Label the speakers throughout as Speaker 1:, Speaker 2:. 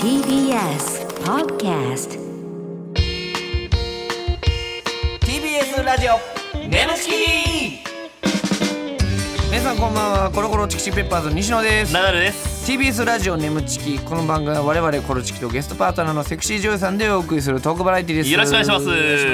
Speaker 1: TBS Podcast
Speaker 2: TBS ラジオ
Speaker 3: ムチ
Speaker 2: 皆さんこんばんはコロコロチキチキペッパーズ西野です
Speaker 3: ナダルです。
Speaker 2: TBS ラジオネムチキこの番組は我々コロチキとゲストパートナーのセクシー女優さんでお送りするトークバラエティです
Speaker 3: よろしくお願いします
Speaker 2: お願いし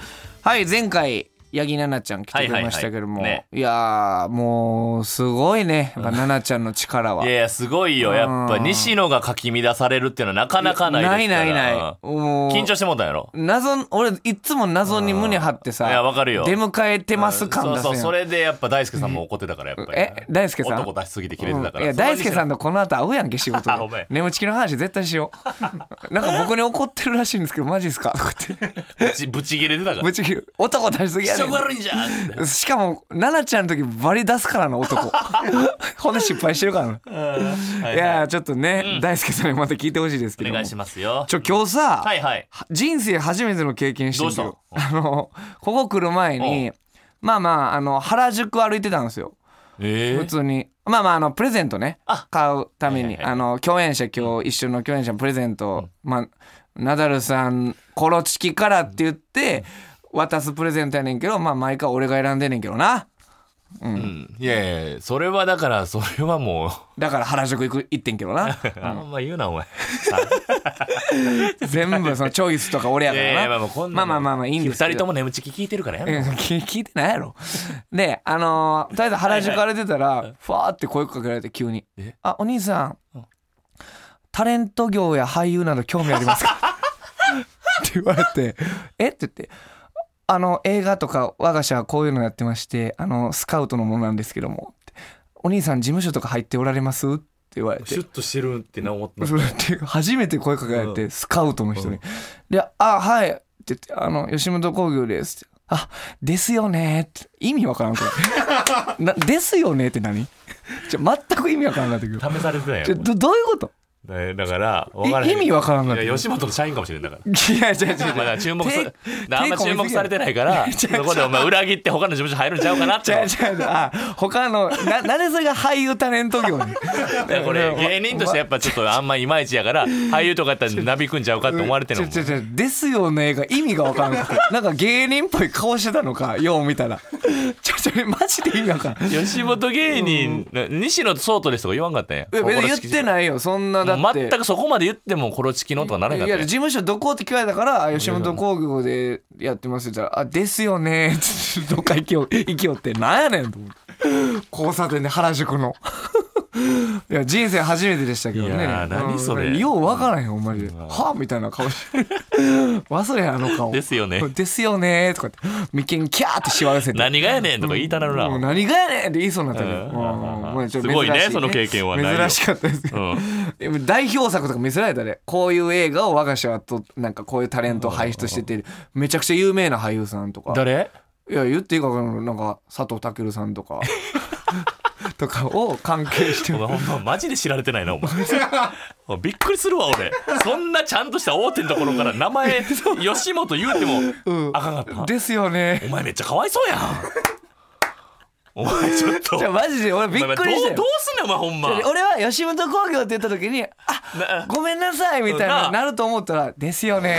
Speaker 2: ますはい前回八木奈々ちゃん来てくれましたけども、
Speaker 3: はいいはいはいね
Speaker 2: やーもうすごいねやっぱ奈々ちゃんの力はい
Speaker 3: やいやすごいよやっぱ
Speaker 2: うん
Speaker 3: 西野がかき乱されるっていうのはなかなかないですから
Speaker 2: ないないないもう
Speaker 3: 緊張してもうたんやろ
Speaker 2: 謎俺いつも謎に胸張ってさ
Speaker 3: いやわかるよ
Speaker 2: 出迎えてます感出せん
Speaker 3: そうそうそれでやっぱ大輔さんも怒ってたからやっぱり
Speaker 2: え大輔さん
Speaker 3: 男出しすぎて切れてたから、
Speaker 2: うんいや大輔さん
Speaker 3: の
Speaker 2: とこの後会うやんけ仕事
Speaker 3: あごめ
Speaker 2: で
Speaker 3: ん
Speaker 2: 眠ちきの話絶対しよう なんか僕に怒ってるらしいんですけどマジですか とか言って
Speaker 3: ぶちぶち切れてたか
Speaker 2: ぶ
Speaker 3: ら
Speaker 2: ち切る男出しすぎや
Speaker 3: 気
Speaker 2: ね
Speaker 3: 色悪いんじゃんって
Speaker 2: んしかも奈々ちゃんの時バリ出すからな 男ほんで失敗してるからな、いやーちょっとね、大輔さんにまた聞いてほしいですけど
Speaker 3: お
Speaker 2: も
Speaker 3: 願いしますよ
Speaker 2: ちょ今日さ、
Speaker 3: はいはい
Speaker 2: 人生初めての経験してる
Speaker 3: ど
Speaker 2: よあのここ来る前にまあまああの原宿歩いてたんですよ
Speaker 3: え
Speaker 2: 普通にまあまああのプレゼントね
Speaker 3: あ
Speaker 2: 買うために、
Speaker 3: はいはいはい
Speaker 2: あの共演者今日一緒の共演者のプレゼントを、まあナダルさんコロチキからって言って渡すプレゼントやねんけどまあ毎回俺が選んでんねんけどな
Speaker 3: うん、いやいやそれはだからそれはもう
Speaker 2: だから原宿行く行ってんけど な
Speaker 3: あんま言うなお前
Speaker 2: 全部そのチョイスとか俺や
Speaker 3: い
Speaker 2: か
Speaker 3: やい
Speaker 2: ら
Speaker 3: や
Speaker 2: な
Speaker 3: まあまあこん
Speaker 2: ま
Speaker 3: な
Speaker 2: あ
Speaker 3: ん
Speaker 2: まあまあまあいいん
Speaker 3: 二
Speaker 2: ですけど
Speaker 3: 人とも眠ちき聞いてるからやめ
Speaker 2: え聞 聞いてないやろ。で、あのー、とりあえず原宿歩いてたら、ふわーって声かけられて急に
Speaker 3: え。
Speaker 2: あ、お兄さん、タレント業や俳優など興味あり ますかって言われて、えって言って、あの、映画とか我が社はこういうのやってまして、あの、スカウトのものなんですけども、ってお兄さん事務所とか入っておられますって言われて
Speaker 3: シュ。ッとしてるってな思っ て
Speaker 2: それって初めて声かけられて、スカウトの人に「であはい」って言って「あの吉本興業です」って「あですよね」って意味わからんこれ なですよね」って何じゃ全く意味わからんかったけど
Speaker 3: 試されてたんや
Speaker 2: ちょどどういうこと
Speaker 3: ねだから
Speaker 2: い
Speaker 3: 分からへん
Speaker 2: 意味わからんかった
Speaker 3: いや吉本の社員かもしれん だから
Speaker 2: いや違う違う違
Speaker 3: まあだから注目さ
Speaker 2: 手
Speaker 3: だからあんま注目されてない からそこでお前裏切って他の事務所入るんちゃうかなって
Speaker 2: う違う違うあ他のななんでそれが俳優タレント業に
Speaker 3: だからこれ芸人としてやっぱちょっとあんまいまいちやから俳優とかやったらなびくんちゃうかって思われてるのも
Speaker 2: ちょちょちょですよねが意味が分からな くてなんか芸人っぽい顔してたのかよう見たらちょちょマジで意味わ からん
Speaker 3: 吉本芸人西野ソートですとか言わんかったんや
Speaker 2: いや別に言って
Speaker 3: い
Speaker 2: ないよそんなだって
Speaker 3: 全くそこまで言ってもコロチキのとかならへんか
Speaker 2: い
Speaker 3: った
Speaker 2: や
Speaker 3: ん
Speaker 2: 事
Speaker 3: や
Speaker 2: 務所どこって聞かれたからあ吉本興業でやってますって言ったら「あですよね」 ってどっか行きよ行きよってなんやねんと思って交差点で原宿 のいや人生初めてでしたけどね
Speaker 3: いやー何それ
Speaker 2: うんようわからへんほんまにはあみたいな顔して 忘れへんあの顔
Speaker 3: ですよね
Speaker 2: ですよねとかって眉間キャーってしわ寄せて
Speaker 3: 何がやねんとか言いたなるな
Speaker 2: もう何がやねんって言いそうになったけど、
Speaker 3: うん
Speaker 2: うんまあちょっと
Speaker 3: すごいね
Speaker 2: 珍し
Speaker 3: その経験はないよ
Speaker 2: 珍しかったですけど、
Speaker 3: うん
Speaker 2: でも代表作とか見せられたねこういう映画を我が社はとなんかこういうタレントを輩出しててめちゃくちゃ有名な俳優さんとか
Speaker 3: 誰
Speaker 2: いや言っていいか分からんなんか佐藤健さんと かとかを関係して
Speaker 3: お前ほんまマジで知られてないなお前おいびっくりするわ俺そんなちゃんとした大手のところから名 前吉本 言うてもあかんかった、
Speaker 2: ですよね
Speaker 3: お前めっちゃかわいそうやんお前ちょっと
Speaker 2: じゃあマジで俺びっくりした
Speaker 3: お前どうど
Speaker 2: よ
Speaker 3: うすんねんお前ほんま
Speaker 2: 俺は吉本興業って言った時に「あ
Speaker 3: な
Speaker 2: ごめんなさい」みたい
Speaker 3: な
Speaker 2: な
Speaker 3: あ
Speaker 2: なると思ったら「ですよ ね」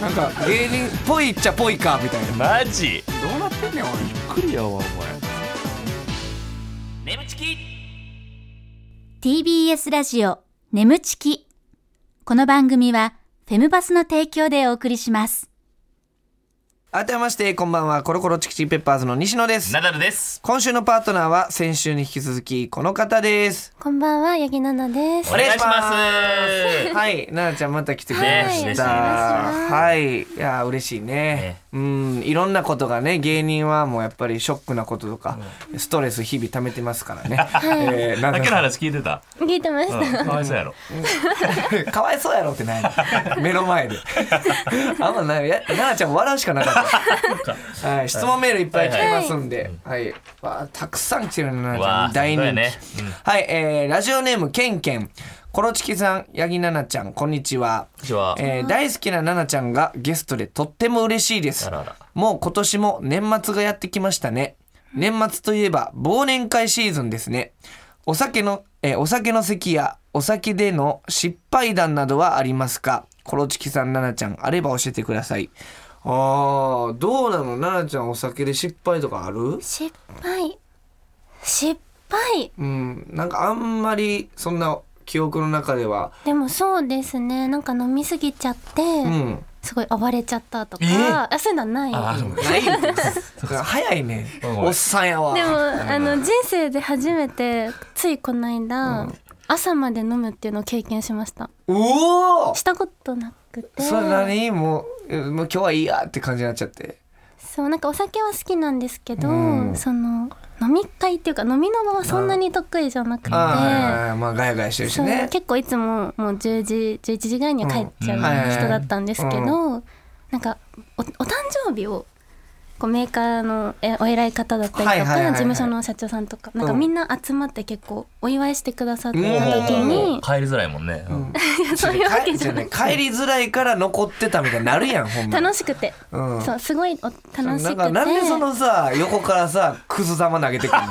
Speaker 2: なんか芸人っぽいっちゃっぽいかみたいな
Speaker 3: マジ
Speaker 2: どうなってんねん俺。
Speaker 3: びっくりやわお前
Speaker 4: TBS ラジオ眠ちきこの番組はフェムバスの提供でお送りします
Speaker 2: 改めましてこんばんはコロコロチキチキペッパーズの西野です
Speaker 3: ナダルです
Speaker 2: 今週のパートナーは先週に引き続きこの方です
Speaker 5: こんばんは、八木奈々で
Speaker 3: お
Speaker 5: す。
Speaker 3: 願いします
Speaker 2: はい奈々ちゃんまた来てくれま
Speaker 3: ね
Speaker 2: したはいいや嬉しいね
Speaker 3: ね
Speaker 2: うんいろんなことがね芸人はもうやっぱりショックなこととかストレス日々溜めてますから ね、えー、な
Speaker 3: さ
Speaker 2: ん
Speaker 3: っきの
Speaker 2: か
Speaker 3: 話聞いてた、
Speaker 5: 聞いてまし
Speaker 3: う
Speaker 5: た。
Speaker 3: ん、かわいそうやろ
Speaker 2: かわいそうやろってない の目の前であんまないや奈々ちゃん笑うしかなかった、はい、質問メールいっぱい来てますんで、はいわあたくさん来てるね奈々ちゃん大人気、
Speaker 3: わあそうだよねうん
Speaker 2: はい、えーラジオネームけんけんコロチキさん八木奈々ちゃんこんにちは
Speaker 3: こんにちは
Speaker 2: えー大好きな奈々ちゃんがゲストでとっても嬉しいです
Speaker 3: あらあら
Speaker 2: もう今年も年末がやってきましたね年末といえば忘年会シーズンですねお酒のえーお酒の席やお酒での失敗談などはありますかコロチキさん、ナナちゃん、あれば教えてください。あー、どうなのナナちゃん、お酒で失敗とかある
Speaker 5: 失敗失敗
Speaker 2: うん、なんかあんまりそんな記憶の中では、
Speaker 5: でもそうですねなんか飲みすぎちゃって、
Speaker 2: うん、
Speaker 5: すごい暴れちゃったとかあそういうのはない
Speaker 3: あーでも
Speaker 2: ないよ。だから早いね。
Speaker 3: うん
Speaker 2: おっさんやわ。
Speaker 5: でもあの人生で初めてついこの間、朝まで飲むっていうのを経験しました
Speaker 2: おお
Speaker 5: したことなくて
Speaker 2: それ何もう、えもう今日はいいやって感じになっちゃって。
Speaker 5: そうなんかお酒は好きなんですけど、
Speaker 2: うん
Speaker 5: その飲み会っていうか飲みの場はそんなに得意じゃなくて、
Speaker 2: ああ、まあ、ガヤガヤしてるし
Speaker 5: そう
Speaker 2: ね。
Speaker 5: 結構いつももう10時11時ぐらいには帰っちゃ
Speaker 2: うんはいはいは
Speaker 5: う
Speaker 2: い
Speaker 5: 人だったんですけど、なんかおお誕生日をこうメーカーのえお偉い方だったりとか、
Speaker 2: はいはいはいはい
Speaker 5: 事務所の社長さんとかなんか
Speaker 2: うん
Speaker 5: みんな集まって結構お祝いしてくださった時
Speaker 2: う
Speaker 5: に、
Speaker 3: 帰りづらいもんね。うん
Speaker 5: そういうわけじ
Speaker 2: じ
Speaker 5: ゃ
Speaker 2: ゃ
Speaker 5: な
Speaker 2: ね
Speaker 5: い
Speaker 2: 帰りづらいから残ってたみたいになるやんほんま
Speaker 5: 楽しくて、
Speaker 2: うん
Speaker 5: そうすごいお楽しく
Speaker 2: なん
Speaker 5: て
Speaker 2: かなんでそのさ横からさクズ玉投げてくる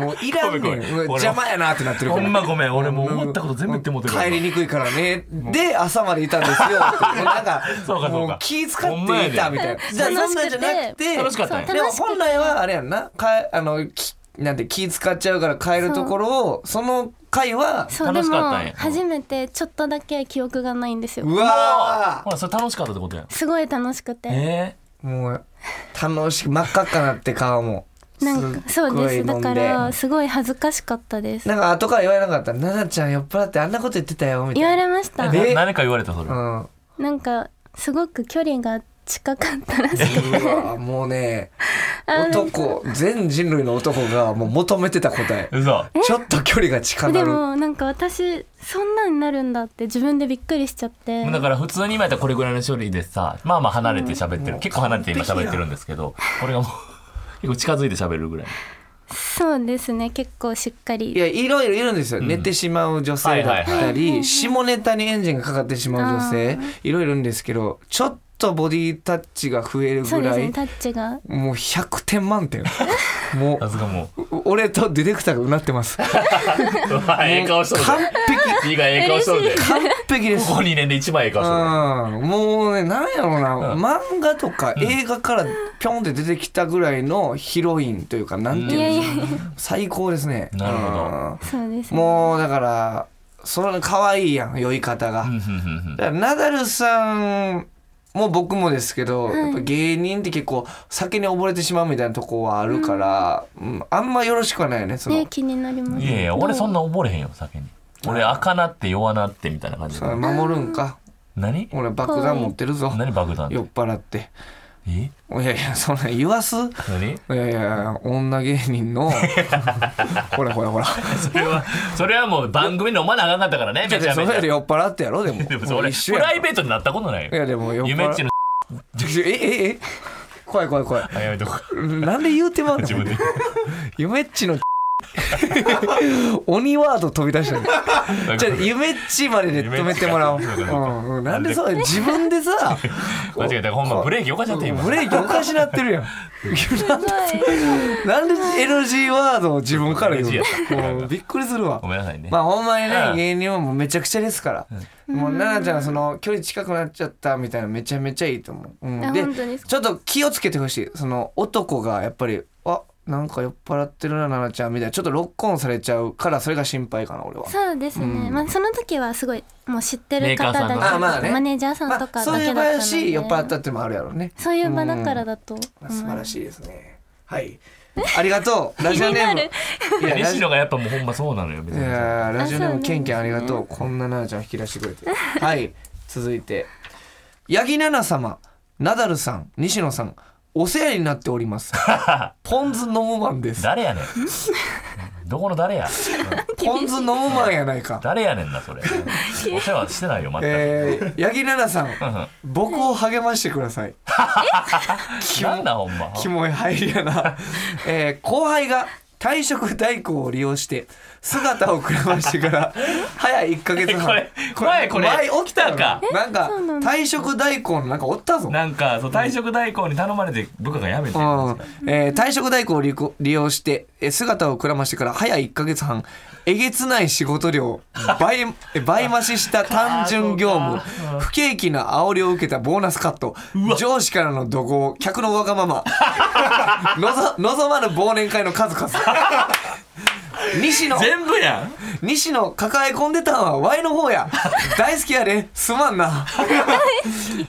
Speaker 2: の もういらんね
Speaker 3: ごめん
Speaker 2: ん
Speaker 3: ごめ
Speaker 2: う
Speaker 3: ん
Speaker 2: わ
Speaker 3: 俺
Speaker 2: 邪魔やなってなってるか
Speaker 3: ほ
Speaker 2: ら
Speaker 3: んまごめん、俺もう思ったこと全部言ってもうてるわ
Speaker 2: 帰りにくいからねで朝までいたんですよ ってもうなんか
Speaker 3: そうかそうか
Speaker 2: もう気使っていたみたいなじゃあそんなんじゃなくて
Speaker 3: 楽しかったんや
Speaker 5: そう
Speaker 2: でも
Speaker 5: 楽しくて
Speaker 2: 本来はあれやんなかえあのきなんて気使っちゃうから帰るところをその回は
Speaker 5: そう
Speaker 3: 楽
Speaker 5: で
Speaker 3: し
Speaker 5: も
Speaker 3: かったんや
Speaker 5: 初めてちょっとだけ記憶がないんですよ
Speaker 2: うわー
Speaker 3: ほら、それ楽しかったってことやん。
Speaker 5: すごい楽しくて、
Speaker 3: え
Speaker 2: もう楽しく真っ赤っかなって顔も
Speaker 5: なんかそう
Speaker 2: っごい
Speaker 5: で
Speaker 2: 飲ん
Speaker 5: すだからすごい恥ずかしかったです
Speaker 2: なんか後から言われなかったら「奈々ちゃん酔っ払ってあんなこと言ってたよ」みたい
Speaker 5: 言
Speaker 2: な
Speaker 5: われました
Speaker 2: え
Speaker 3: ー、何か言われたそれ。
Speaker 2: うん
Speaker 5: なんかすごく距離が近かったらしい
Speaker 2: うわもうね男全人類の男がもう求めてた答え
Speaker 3: 嘘。
Speaker 2: ちょっと距離が近な
Speaker 5: で
Speaker 2: る
Speaker 5: もなんか私そんなになるんだって自分でびっくりしちゃって
Speaker 3: だから普通に今やったらこれぐらいの処理でさ、まあまあ離れて喋ってる。結構離れて今喋ってるんですけど、これがもう結構近づいて喋るぐらい。
Speaker 5: そうですね結構しっか
Speaker 2: い
Speaker 5: り
Speaker 2: やいろいろいるんですよ、寝てしまう女性だっ
Speaker 3: はい
Speaker 2: たり、下ネタにエンジンがかかってしまう女性いろいろいるんですけどちょっとボディタッチが増える
Speaker 5: そう
Speaker 2: ぐ
Speaker 5: です
Speaker 2: ら
Speaker 5: ね
Speaker 2: い
Speaker 5: タッチが
Speaker 2: もう100点満点も
Speaker 3: さすがも
Speaker 2: う俺とディレクターがうなってます
Speaker 3: う。うわええ顔しとる
Speaker 2: 完
Speaker 3: で。いいがええ顔しとるで。
Speaker 2: 完璧です
Speaker 3: ここ2年で一番ええ顔しとるで。
Speaker 2: うん、もうねなんやろうな、
Speaker 3: うん
Speaker 2: 漫画とか映画からぴょんって出てきたぐらいのヒロインというかなんて
Speaker 5: いやい
Speaker 2: い
Speaker 5: や
Speaker 2: うの最高ですね
Speaker 3: なるほ
Speaker 5: そうです
Speaker 2: うん
Speaker 5: ね
Speaker 2: もうだからその可愛いやん酔い方が、
Speaker 3: うんうんうんうん
Speaker 2: だからナダルさんも僕もですけど、
Speaker 5: い
Speaker 2: やっぱ芸人って結構酒に溺れてしまうみたいなとこはあるから、うんあんまよろしくはないよねその
Speaker 5: ね気になります
Speaker 3: いやいや、俺そん
Speaker 5: な
Speaker 3: な溺れへんよ、酒に。俺、赤なって弱なってみたいな感じ
Speaker 2: そ
Speaker 3: で
Speaker 2: の。守るんか
Speaker 3: 何
Speaker 2: 俺爆弾持ってるぞ
Speaker 3: 何爆弾って
Speaker 2: 酔っ払って
Speaker 3: え
Speaker 2: いやいやそんなん言わす
Speaker 3: 何
Speaker 2: いやいや女芸人 のほらほらほら
Speaker 3: それは、それはもう番組飲まなあかんかったからね、めちゃ
Speaker 2: そ
Speaker 3: め
Speaker 2: れより
Speaker 3: ちゃ。
Speaker 2: 酔っ払ってやろでも
Speaker 3: でも
Speaker 2: も
Speaker 3: そうれ、
Speaker 2: 一緒
Speaker 3: プ
Speaker 2: やん
Speaker 3: ライベートになったことない
Speaker 2: い
Speaker 3: よ。
Speaker 2: やでも酔っ
Speaker 3: 夢っ
Speaker 2: 払っ
Speaker 3: ち
Speaker 2: て
Speaker 3: の
Speaker 2: えええ怖い怖い怖い
Speaker 3: あやめとこう
Speaker 2: なんで言うてまうの
Speaker 3: 自分で。
Speaker 2: 夢っちの 鬼ワード飛び出したねじゃあ夢っちまでで止めてもらおう、
Speaker 3: 夢っち
Speaker 2: うんうん、なんでそう自分でさ
Speaker 3: 間違えた。ほんまブレーキおかしなって今。
Speaker 2: ブレーキおかしなってる やんなんで NG ワードを自分から言
Speaker 3: NG やっ
Speaker 2: う
Speaker 3: た
Speaker 2: のもうびっくりするわ
Speaker 3: ごめんなさいね。
Speaker 2: まあほんまにね、
Speaker 3: うん
Speaker 2: 芸人はもうめちゃくちゃですから、もう奈々ちゃんその距離近くなっちゃったみたいなめちゃめちゃいいと思う、うん
Speaker 5: あ
Speaker 2: で
Speaker 5: 本当ですか
Speaker 2: ちょっと気をつけてほしいその男がやっぱりあなんか酔っ払ってるな奈々ちゃんみたいなちょっとロックオンされちゃうからそれが心配かな俺は
Speaker 5: そうですね、
Speaker 2: うん
Speaker 5: まあその時はすごいもう知って
Speaker 3: メ
Speaker 5: る
Speaker 3: ーカー
Speaker 5: 方
Speaker 3: さん
Speaker 5: だ
Speaker 3: の
Speaker 5: し、
Speaker 2: あまあね
Speaker 5: マネージャーさんと
Speaker 2: まあ、
Speaker 5: かだ
Speaker 2: そうい
Speaker 5: けだ
Speaker 2: う場合や
Speaker 5: ったので、
Speaker 2: し酔っ払ったってのもあるやろうね
Speaker 5: そういう場だからだと
Speaker 2: うん
Speaker 5: 思
Speaker 2: 素
Speaker 5: い
Speaker 2: 晴ら
Speaker 5: ます
Speaker 2: しいですねはいありがとうラジオネーム いやラジ
Speaker 3: 西野がやっぱもうほんまそうなのよ。別
Speaker 2: い
Speaker 3: に
Speaker 2: やーラジオネー
Speaker 5: あ
Speaker 2: ム
Speaker 5: そうなんです
Speaker 2: ケ
Speaker 5: ね
Speaker 2: ンケンありがとう、こんな奈々ちゃん引き出してくれてはい続いて八木奈々様ナダルさん西野さんお世話になっており ますポン酢飲むマンです
Speaker 3: 誰やねん。どこの誰や。
Speaker 2: ポン酢飲むマンやない か
Speaker 3: 誰やねんな、それ。お世話してないよ、全く。
Speaker 2: えー、八木奈々さ
Speaker 3: うんんうん
Speaker 2: 僕を励ましてください
Speaker 3: なんだほんま。
Speaker 2: キモい入りやな、えー後輩が退職代行を利用して姿をくらましてから早い1ヶ月半
Speaker 3: これ前これ
Speaker 2: 前起きたよな
Speaker 3: 来
Speaker 2: なんか退職代行のなんかおったぞ
Speaker 3: なんかそう退職代行に頼まれて部下が辞めて
Speaker 2: うんえー退職代行を利用利用してえー姿をくらましてから早1ヶ月半えげつない仕事量倍 え倍増しした単純業務不景気な煽りを受けたボーナスカット上司からの怒号客のわがまま のぞ望まぬ忘年会の数々 西野
Speaker 3: 全部やん
Speaker 2: 西野抱え込んでたんはワイの方 や大好きやですまんな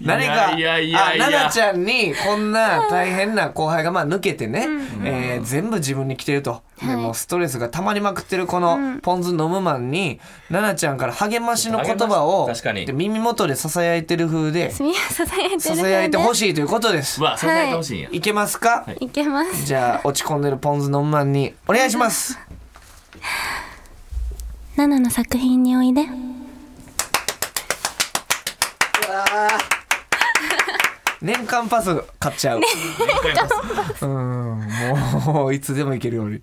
Speaker 2: 何か
Speaker 3: いやいやいやいや
Speaker 2: あ奈々ちゃんにこんな大変な後輩がまあ抜けてね、えー全部自分に来てると、でもうストレスがたまりまくってるこのポン酢飲むマンに奈々ちゃんから励ましの言葉を
Speaker 3: 励まし確かに
Speaker 2: で耳元で囁いてる風で
Speaker 5: みんな支えてる
Speaker 2: 囁いてほしいということです
Speaker 3: うわ支えてほしいんや、
Speaker 2: いけますか、
Speaker 5: いけます
Speaker 2: じゃあ落ち込んでるポン酢飲むマンにお願いします
Speaker 5: ナナの作品においで
Speaker 2: 年間パス買っち ゃううんもういつでもいけるように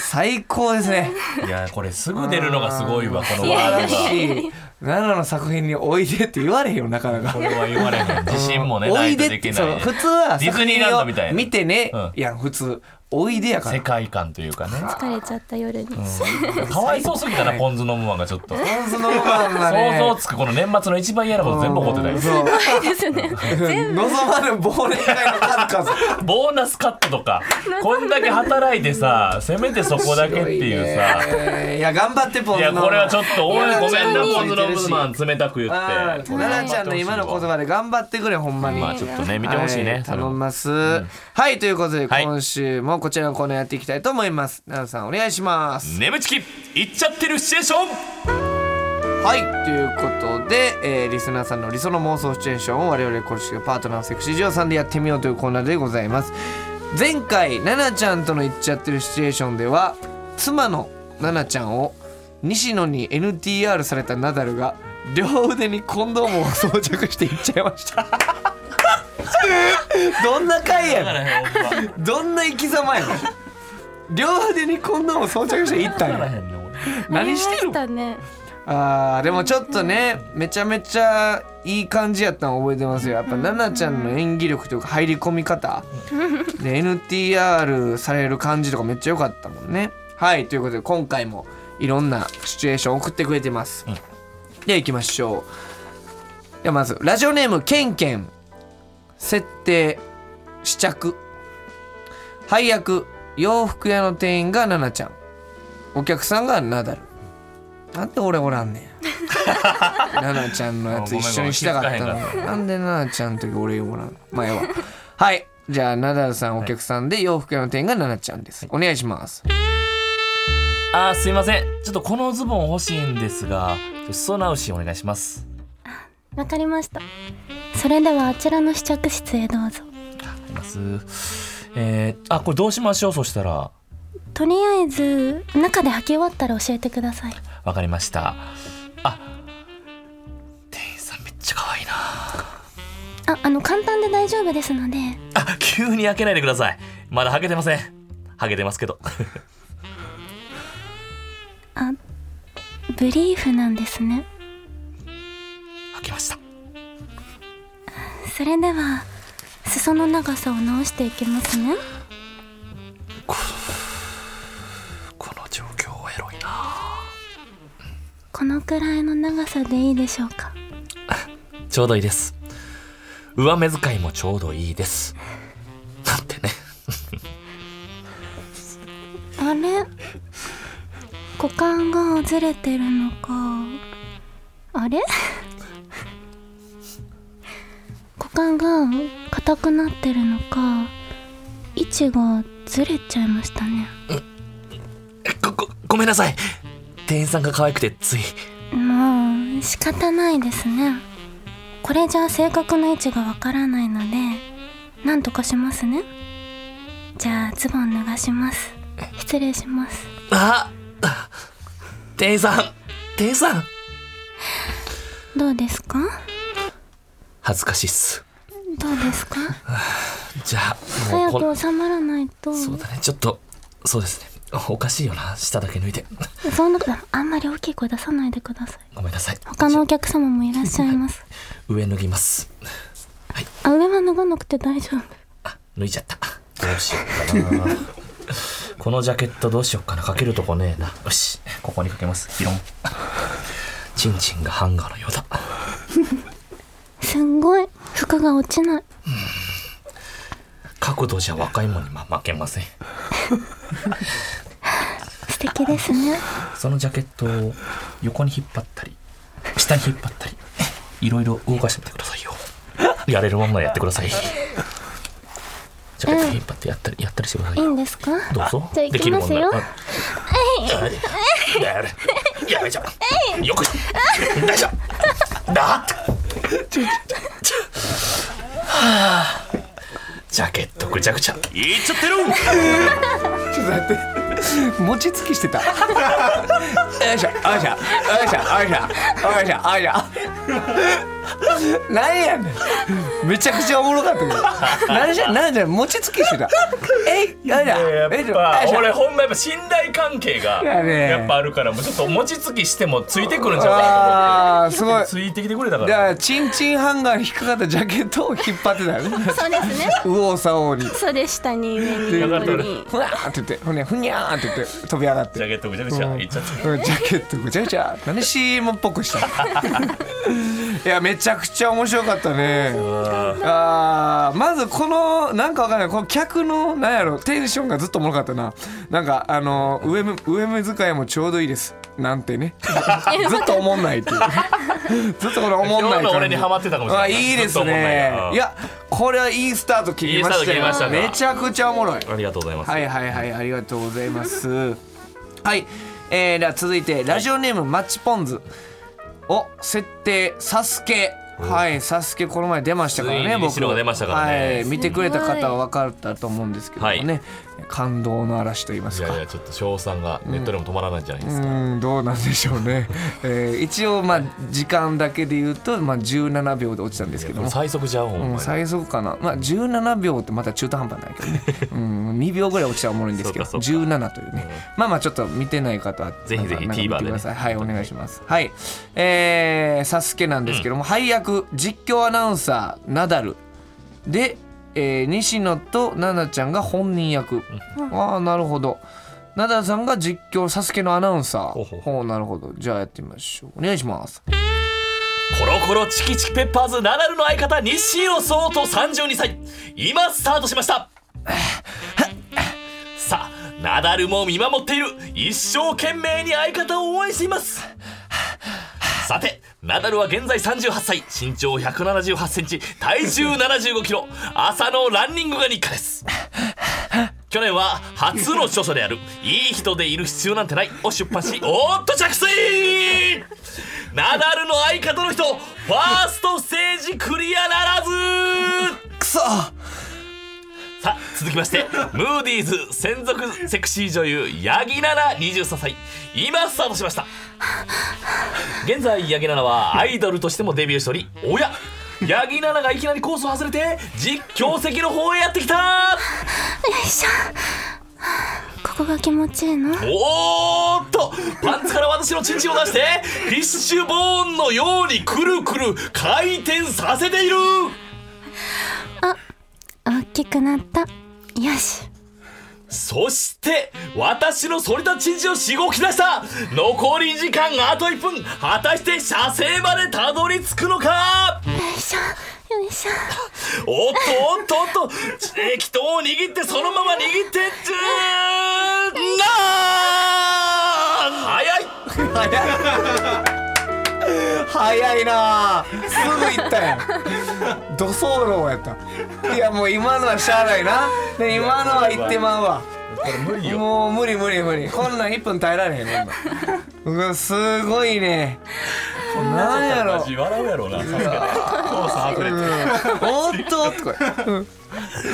Speaker 2: 最高ですね
Speaker 3: いやこれすぐ出るのがすごいわこ
Speaker 2: 素
Speaker 3: のワ
Speaker 2: 晴
Speaker 3: ー
Speaker 2: ら
Speaker 3: ドが
Speaker 2: しい奈良の作品に「おいで」って言われへんよなかなか
Speaker 3: こ。れは言われへん自信もね
Speaker 2: お
Speaker 3: ない
Speaker 2: い
Speaker 3: と
Speaker 2: でっ
Speaker 3: でき
Speaker 2: て
Speaker 3: な
Speaker 2: そう
Speaker 3: い
Speaker 2: 普通は
Speaker 3: ディズニーランドみたい
Speaker 2: 作品
Speaker 3: な
Speaker 2: を見てね、
Speaker 3: うん
Speaker 2: いや普通おいでやか
Speaker 3: 世
Speaker 2: ら
Speaker 3: 界観というかね
Speaker 5: 疲れちゃった夜に、
Speaker 3: かわいそうすぎたなポン酢飲むわがちょっと
Speaker 2: ポン酢のマンがね
Speaker 3: 想像つくこの年末の一番嫌なこと全部起こってたよ
Speaker 2: そう望まぬ忘年会の数々
Speaker 3: ボーナスカットとかこんだけ働いてさせめてそこだけっていうさ
Speaker 2: えーいや頑張ってポン
Speaker 3: い
Speaker 2: 酢の
Speaker 3: やこれはちょっと俺ごめんなポン
Speaker 2: ズ
Speaker 3: 酢飲むマン冷たく言っ
Speaker 2: 奈
Speaker 3: て
Speaker 2: 々ちゃんの今の言葉で頑張ってくれほんまに、
Speaker 3: まあちょっとね見てほしい
Speaker 2: は
Speaker 3: ねそれ
Speaker 2: 頼
Speaker 3: も
Speaker 2: みます、はいということで
Speaker 3: はい
Speaker 2: 今週もこちらのコーナーやっていきたいと思います奈々さんお願いします
Speaker 3: 眠ちきいっちゃってるシチュエーション
Speaker 2: はいということで、えーリスナーさんの理想の妄想シチュエーションを我々公式パートナーのセクシージオさんでやってみようというコーナーでございます前回奈々ちゃんとの言っちゃってるシチュエーションでは妻の奈々ちゃんを西野に NTR されたナダルが両腕にコンドームを装着していっちゃいました どんな回やねんどんな生き様やねん両腕にコンドームを装着していったんや何してる
Speaker 5: ありましたね
Speaker 2: あーでもちょっとねめちゃめちゃいい感じやったの覚えてますよやっぱ奈々ちゃんの演技力というか入り込み方で NTR される感じとかめっちゃ良かったもんねはいということで今回もいろんなシチュエーション送ってくれてます、では行きましょうではまずラジオネームケンケン設定試着配役洋服屋の店員が奈々ちゃんお客さんがナダルなんで俺おらん ねん奈々ちゃんのやつ一緒にしたかったの
Speaker 3: ごめんごめん気づか
Speaker 2: になんで奈々ちゃんの時俺おらんまあええわはいじゃあナダルさんお客さんで洋服屋の店員が奈々ちゃんですお願いします
Speaker 3: あーすいませんちょっとこのズボン欲しいんですが裾直しお願いします
Speaker 5: わかりましたそれではあちらの試着室へどうぞ
Speaker 3: ありますえー、あこれどうしましょうそしたら
Speaker 5: とりあえず中で履き終わったら教えてください
Speaker 3: わかりましたあ店員さんめっちゃ可愛いな
Speaker 5: ああの簡単で大丈夫ですので
Speaker 3: あ急に開けないでくださいまだはげてませんはげてますけど
Speaker 5: あブリーフなんですね
Speaker 3: はけました
Speaker 5: それでは裾の長さを直していきますね
Speaker 3: この状況はエロいな
Speaker 5: このくらいの長さでいいでしょうか
Speaker 3: ちょうどいいです上目遣いもちょうどいいですなんてね
Speaker 5: あれ股間がずれてるのかあれ 股間が硬くなってるのか位置がずれちゃいましたね
Speaker 3: ごごごめんなさい店員さんが可愛くてつい
Speaker 5: もう仕方ないですねこれじゃ正確な位置がわからないのでなんとかしますねじゃあズボン脱がします失礼します
Speaker 3: あ店員さん店員さん
Speaker 5: どうですか
Speaker 3: 恥ずかしいっす
Speaker 5: どうですか
Speaker 3: じゃあも
Speaker 5: 早
Speaker 3: うこ
Speaker 5: く収まらないと
Speaker 3: そうだねちょっとそうですねおかしいよな舌だけ抜いて
Speaker 5: そんなことあんまり大きい声出さないでください
Speaker 3: ごめんなさい
Speaker 5: 他のお客様もいらっしゃ います
Speaker 3: 上脱ぎます
Speaker 5: あ上は脱がなくて大丈夫
Speaker 3: あ脱いじゃったどうしようかなこのジャケットどうしようかなかけるとこねえなよしここにかけますビロンチンチンがハンガーのようだ
Speaker 5: すんごい服が落ちない
Speaker 3: 角度じゃ若いもんにま負けません
Speaker 5: 素敵ですね
Speaker 3: そのジャケットを横に引っ張ったり下に引っ張ったりいろいろ動かしてみてくださいよやれるもんならやってくださいジャケットに引っ張ってやったりやったりしてください
Speaker 5: いい
Speaker 3: よ
Speaker 5: んですか
Speaker 3: どうぞ
Speaker 5: じゃあ行きます
Speaker 3: できるもんなら
Speaker 5: よ
Speaker 3: うんやれやれよいしょよくしょよいしょだってちょはあジャケットぐちゃぐちゃ
Speaker 6: 言っちゃってる
Speaker 2: ちょっと待って餅つきしてたよいしょよいしょよいしょよいしょよいしょよいしょよいしょ何やねんめちゃくちゃおもろかったけど何じゃ何じゃ餅つきしてたえいよいしょ
Speaker 3: や
Speaker 2: よいしょ
Speaker 3: っ
Speaker 2: よ
Speaker 3: ぱ
Speaker 2: いしょ
Speaker 3: 俺ほんまやっぱ信頼関係が
Speaker 2: やね
Speaker 3: やっぱあるからもうちょっと餅つきしてもついてくるんじゃないか
Speaker 2: あーす
Speaker 3: と
Speaker 2: ご
Speaker 3: 思
Speaker 2: い
Speaker 3: ってついてきてくれたか
Speaker 2: だかららチンチンハンガーに引っかかったジャケットを引っ張ってたよね
Speaker 5: そうですね
Speaker 2: 右往左往に
Speaker 5: そうで下に上に
Speaker 2: で
Speaker 3: わかる
Speaker 5: 横
Speaker 3: わか
Speaker 5: に
Speaker 2: ふわーって言ってほんでふにゃーって言って飛び上がって
Speaker 3: ジャケットぐちゃぐちゃいっちゃった
Speaker 2: うんジャケットぐちゃぐちゃ何 CM っぽくしたのいやめちゃくちゃ面白かったねあーまずこのなんかわかんないこの客のなんやろテンションがずっとおもろかったななんかあの上目上目遣いもちょうどいいですなんてねずっとおもんないっていうずっとこれおもんない
Speaker 3: 今の俺にハマってたかもしれない
Speaker 2: あいいです
Speaker 3: ずっとおもんない
Speaker 2: ね
Speaker 3: なうん
Speaker 2: いやこれはいいスタート切りました
Speaker 3: いい
Speaker 2: よ
Speaker 3: スタート切りま
Speaker 2: め
Speaker 3: し
Speaker 2: ちゃくちゃおもろい
Speaker 3: ありがとうございます、
Speaker 2: はいはいはいありがとうございます。 はい、えー、では続いてラジオネーム、マッチポンズお設定サスケはいサスケこの前出ましたから
Speaker 3: つい
Speaker 2: ね
Speaker 3: に
Speaker 2: 僕
Speaker 3: 白が出ましたからね
Speaker 2: はい見てくれた方は分かったと思うんですけどもね、
Speaker 3: はい
Speaker 2: 感動の嵐と言います
Speaker 3: い
Speaker 2: か
Speaker 3: やいやちょっと翔さんがネットでも止まらないんじゃないで
Speaker 2: う
Speaker 3: すか、
Speaker 2: ーんどうなんでしょうね、えー一応まあ時間だけで言うと、まあ、17秒で落ちたんですけど
Speaker 3: も
Speaker 2: も
Speaker 3: う最速じゃんほんま
Speaker 2: う
Speaker 3: に、
Speaker 2: ん、最速かな、まあ、17秒ってまた中途半端ないけ どね、うん、2秒ぐらい落ちたらおもろいんですけど
Speaker 3: そうかそう
Speaker 2: 17というね、まあまあちょっと見てない方は
Speaker 3: ぜひぜひ
Speaker 2: なんか見
Speaker 3: TVer
Speaker 2: てください
Speaker 3: でね
Speaker 2: はいお願いしますはいえー「サスケなんですけども、配役実況アナウンサーナダルで、えー西野と奈々ちゃんが本人役、ああなるほどナダルさんが実況サスケのアナウンサー
Speaker 3: ほうほう
Speaker 2: ほうなるほどじゃあやってみましょうお願いします
Speaker 3: コロコロチキチキペッパーズナダルの相方西尾壮と32歳今スタートしましたさあナダルも見守っている一生懸命に相方を応援していますさてナダルは現在38歳身長1 7 8センチ体重7 5キロ朝のランニングが日課です去年は初の著書である「いい人でいる必要なんてない」を出版しおーっと着水ナダルの相方の人ファーストステージクリアならず
Speaker 2: くそ
Speaker 3: さあ続きましてムーディーズ専属セクシー女優八木奈々23歳今スタートしました現在八木奈々はアイドルとしてもデビューしておりおや八木奈々がいきなりコースを外れて実況席の方へやってきた
Speaker 5: ここが気持ちいいの
Speaker 3: おーっとパンツから私のチンチンを出してフィッシュボーンのようにくるくる回転させている
Speaker 5: 大きくなったよし
Speaker 3: そして私の反り立ち位置をしごき出した残り時間あと1分果たして射精までたどり着くのか
Speaker 5: よいしょよいしょ
Speaker 3: おっとおっとおっと適当を握ってそのまま握ってじゅーなー早い
Speaker 2: 早いなあすぐ行ったやん土走路やったいやもう今のはしゃあないなで今のは行ってまうわ
Speaker 3: これ無理
Speaker 2: もう無理無理無理こんなん1分耐えられへんね今うわすごいねなんやろ
Speaker 3: 笑うやろうなさすがにコース外れて
Speaker 2: おっととか、うん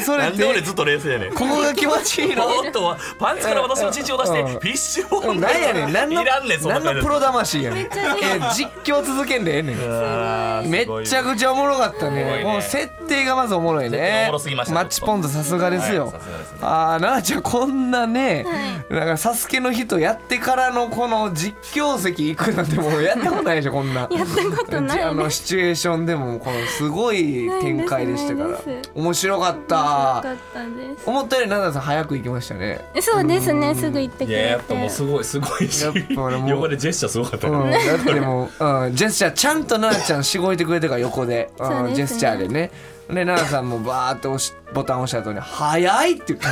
Speaker 2: それ
Speaker 3: な
Speaker 2: っ
Speaker 3: んで俺
Speaker 2: て
Speaker 3: ずっと冷静やねん
Speaker 2: ここが気持ちいいの
Speaker 3: もっとはパンツから私の父を出して
Speaker 2: うん
Speaker 3: フィッシュボーン
Speaker 2: 何やねん何の
Speaker 3: いらんねんそんな
Speaker 2: 何のプロ魂やねん
Speaker 5: っちゃいい
Speaker 2: え実況続けんでええねんめっちゃ
Speaker 3: く
Speaker 2: くちゃおもろかったね
Speaker 3: すごいね
Speaker 2: もう設定がまずおもろい
Speaker 3: 設定が
Speaker 2: ね
Speaker 3: おもろすぎました
Speaker 2: マッチポンドさすがですよ、
Speaker 3: はいさすがですね
Speaker 2: ああ奈々ちゃんこんなね、なんかサスケの日とやってからのこの実況席行くなんてもうやったことないでしょこんな
Speaker 5: やったことない
Speaker 2: あのシチュエーションでもこのすごい展開でしたか
Speaker 5: な
Speaker 2: ら
Speaker 5: いですないです
Speaker 2: 面白かっ
Speaker 5: 面白か
Speaker 2: た
Speaker 5: ったです
Speaker 2: 思ったより奈々さん早く行きましたね
Speaker 5: えそうですねすぐ行ってくれ
Speaker 3: い
Speaker 5: て
Speaker 3: ややっぱもうすごいすごいし
Speaker 2: やっぱ俺も
Speaker 3: 横でジェスチャーすごかった
Speaker 2: うん、
Speaker 3: ね
Speaker 2: だってもう、うん、ジェスチャーちゃんと奈々ちゃんしごいてくれてから横で、うん
Speaker 5: そうですね
Speaker 2: ジェスチャーでねで奈々さんもバーって押しボタン押した後に「早い!」って言った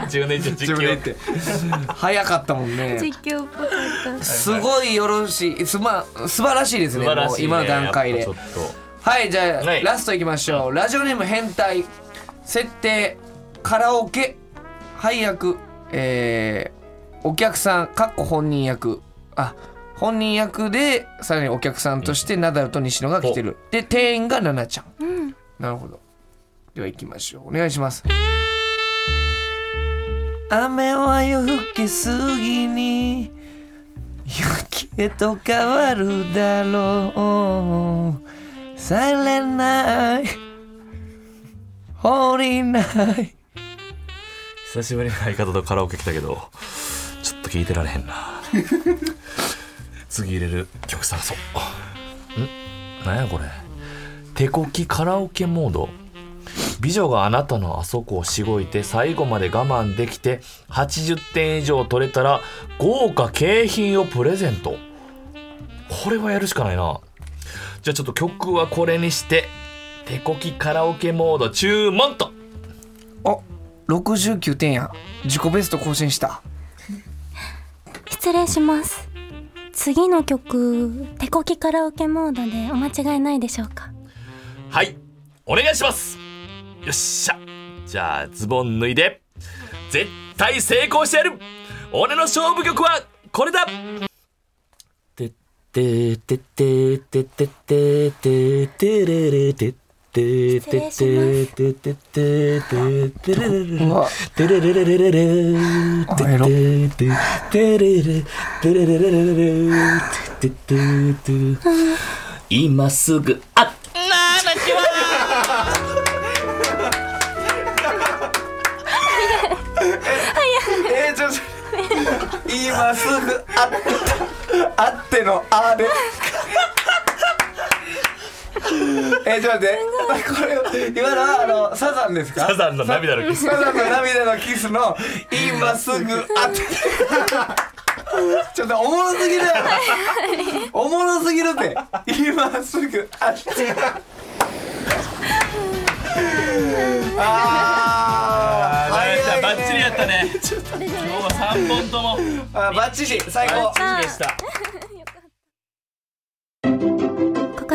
Speaker 2: の
Speaker 3: 10年以上
Speaker 2: 自
Speaker 3: 実
Speaker 2: 分で言
Speaker 3: 況
Speaker 2: って早かったもんね
Speaker 5: 実況っぽかった
Speaker 2: すごいよろしいすま素晴らしいです
Speaker 3: 素
Speaker 2: ね
Speaker 3: 晴ら
Speaker 2: もう
Speaker 3: しいね
Speaker 2: 今の段階で
Speaker 3: やっぱちょっと
Speaker 2: はいじゃあ、
Speaker 3: はい
Speaker 2: ラストいきましょうラジオネーム変態設定カラオケ配役えーお客さんかっこ本人役あ本人役でさらにお客さんとしてナダルと西野が来てる、で店員がナナちゃん、なるほどでは行きましょうお願いします雨は夜更け過ぎに雪へと変わるだろうサイレンナイホーリーナイ
Speaker 3: 久しぶりに相方とカラオケ来たけどちょっと聞いてられへんな次入れる曲探そうんなんやこれ手こきカラオケモード美女があなたのあそこをしごいて最後まで我慢できて80点以上取れたら豪華景品をプレゼントこれはやるしかないなじゃあちょっと曲はこれにして手こきカラオケモード注文と
Speaker 2: あ69点や自己ベスト更新した
Speaker 5: 失礼します次の曲手こきカラオケモードでお間違いないでしょうか
Speaker 3: はい、お願いしますよっしゃじゃあズボン脱いで絶対成功してやる俺の勝負曲はこれだてっててっててててててれれてっててててててててれれれ
Speaker 2: うわ
Speaker 3: てれれれれれれて
Speaker 2: エロ
Speaker 3: てててれれてれれれれれれてててて今すぐあっ
Speaker 2: えー、ちょっと今すぐあったあってのあ でえー、ちょっと待ってこれ今のはあのサザンですか
Speaker 3: サザンの涙のキス
Speaker 2: サザンの涙のキスの今すぐ あってちょっとおもろすぎるや ろおもろすぎるって今すぐあってあー
Speaker 3: あ
Speaker 2: 早い
Speaker 3: やった
Speaker 2: ね
Speaker 3: バッチリやったね今日は三本とも
Speaker 2: あバッチリ最高
Speaker 3: でした
Speaker 5: こ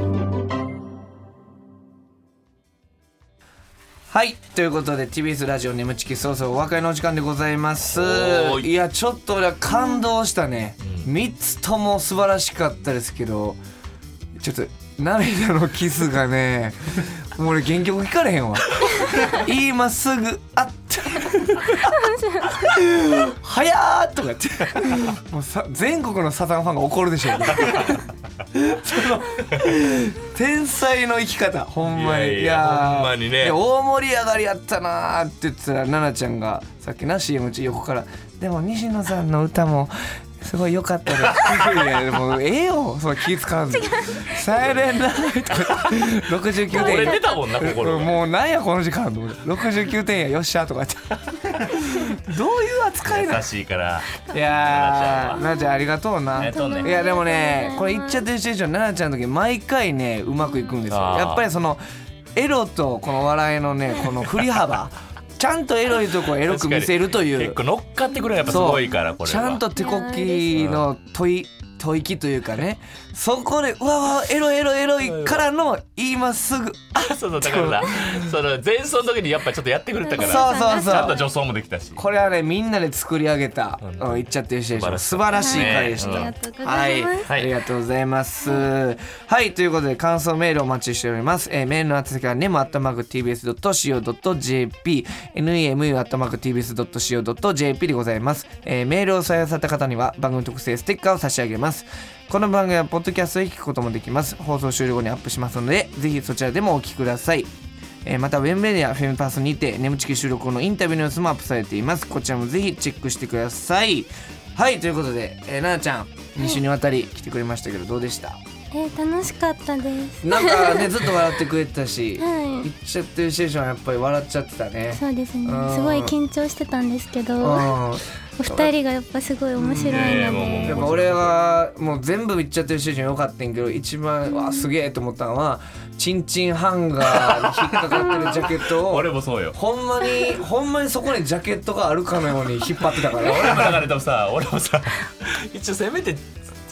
Speaker 2: はいということで TBS ラジオ「眠ちきそうそう」お別れのお時間でございます
Speaker 3: ーい
Speaker 2: いやちょっと俺は感動したね、3つとも素晴らしかったですけどちょっと涙のキスが ねもう俺原曲聞かれへんわ今すぐあった早ーとか言ってもうさ全国のサザンファンが怒るでし ょうねその天才の生き方ほんまに
Speaker 3: いやいや
Speaker 2: ー
Speaker 3: ほんまにね
Speaker 2: いや大盛り上がりやったなーって言ってたら奈々ちゃんがさっきな CM 中横から「でも西野さんの歌もすごい良かったです」いやいやもうええよその気使わず「サイレンライト」69
Speaker 3: 折
Speaker 2: 点
Speaker 3: れてたもんな心が
Speaker 2: もうなんやこの時間と思って69点やよっしゃとか言ってどういう扱いなの
Speaker 3: 優しいから
Speaker 2: いやー奈々ちゃんありがとうな
Speaker 3: ありがとうね
Speaker 2: いやでもねこれ言っちゃってるシチュエーション奈々ちゃんの時毎回ねうまくいくんですよ
Speaker 3: あー
Speaker 2: やっぱりそのエロとこの笑いのねこの振り幅ちゃんとエロいとこをエロく見せるとい
Speaker 3: 結
Speaker 2: う
Speaker 3: 構乗っかってくるのやっぱすごいからこれは
Speaker 2: ちゃんと手こきの問い吐息というかねそこでうわうわエロエロエロいからの今すぐ
Speaker 3: あそうそうだからさその前奏の時にやっぱちょっとやってくれたから
Speaker 2: そうそう
Speaker 3: ちゃ
Speaker 2: そ
Speaker 3: んと
Speaker 2: う
Speaker 3: 女装もできたし
Speaker 2: これはねみんなで作り上げた「
Speaker 3: ん
Speaker 2: うん、いっちゃってるしでしょ」素
Speaker 3: 素
Speaker 2: 晴
Speaker 3: 晴
Speaker 2: ら
Speaker 3: ら
Speaker 2: し
Speaker 3: し
Speaker 2: い
Speaker 3: い
Speaker 2: 回でした、
Speaker 3: ね
Speaker 5: ありがとうございます。
Speaker 2: ありがとうございます。はい、ということで感想メールお待ちしております。えーメールの宛先は nemu.tbs.co.jp、nemu.tbs.co.jp でございます。えーメールを採用された方には番組特製ステッカーを差し上げます。この番組はポッドキャストで聞くこともできます。放送終了後にアップしますので、ぜひそちらでもお聞きください。えーまたウェンブレディアフェムパスにて眠ちき収録後のインタビューの様子もアップされていますこちらもぜひチェックしてくださいはいということで、えー、ななちゃん2週にわたり来てくれましたけどどうでした
Speaker 5: えー、楽しかったです。
Speaker 2: なんか ねずっと笑ってくれてたし、
Speaker 5: はい
Speaker 2: い、っちゃってるシチュエーションはやっぱり笑っちゃってたね
Speaker 5: そうですね
Speaker 2: うん。
Speaker 5: すごい緊張してたんですけ
Speaker 2: う
Speaker 5: ど、
Speaker 2: ん
Speaker 5: お二人がやっぱすごい面白いので、
Speaker 2: でも俺はもう全部いっちゃってるシチュエーション良かったんやけど一番わあすげえと思ったのはチンチンハンガーに引っかかってるジャケットを
Speaker 3: 俺もそうよ
Speaker 2: ほんまにほんまにそこにジャケットがあるかのように引っ張ってたから
Speaker 3: 俺もだからでもさ俺もさ一応せめて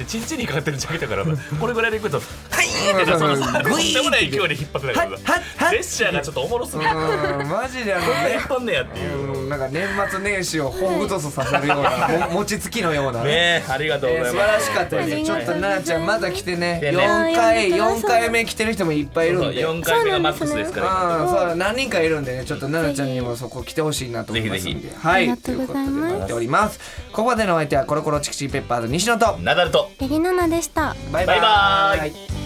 Speaker 3: ちんちんにかかってるジャケットだからこれぐらいでいくと「はい!」みたいなそのさとん
Speaker 2: グイーン
Speaker 3: でもない勢いで引っ張ってたからさジェスチャーがちょっとおもろすぎる
Speaker 2: うんマジであの
Speaker 3: 引っ張んねやっていう
Speaker 2: ね、うん、なんか年末年始をほうふとさせるような、 も餅つきのようなね。
Speaker 3: ねえありがとうご
Speaker 2: えー
Speaker 3: ざ
Speaker 2: 素
Speaker 3: い
Speaker 2: 晴
Speaker 3: ま
Speaker 2: ら
Speaker 3: す
Speaker 2: しかったです。ちょっと奈々ちゃんまだ来てね、
Speaker 3: 来て
Speaker 2: 四
Speaker 3: ね
Speaker 2: 回
Speaker 5: いや
Speaker 2: 四
Speaker 5: 本当だ
Speaker 2: 回目来てる人もいっぱいいるんで、うん
Speaker 3: 4回目がマックスですから今
Speaker 2: そう何人かいるんでね、ちょっと奈々ちゃんにもそこ来てほしいなと思いますん
Speaker 3: ぜ
Speaker 2: で、は
Speaker 5: あり
Speaker 2: い、
Speaker 5: がとうございま
Speaker 2: と
Speaker 5: す
Speaker 2: いうことで待っております。ここまでのお相手はコロコロチキチキペッパーズ西野と、
Speaker 3: ナダルと
Speaker 5: レリナナでした。
Speaker 2: バイ
Speaker 3: バイバーイ
Speaker 2: イ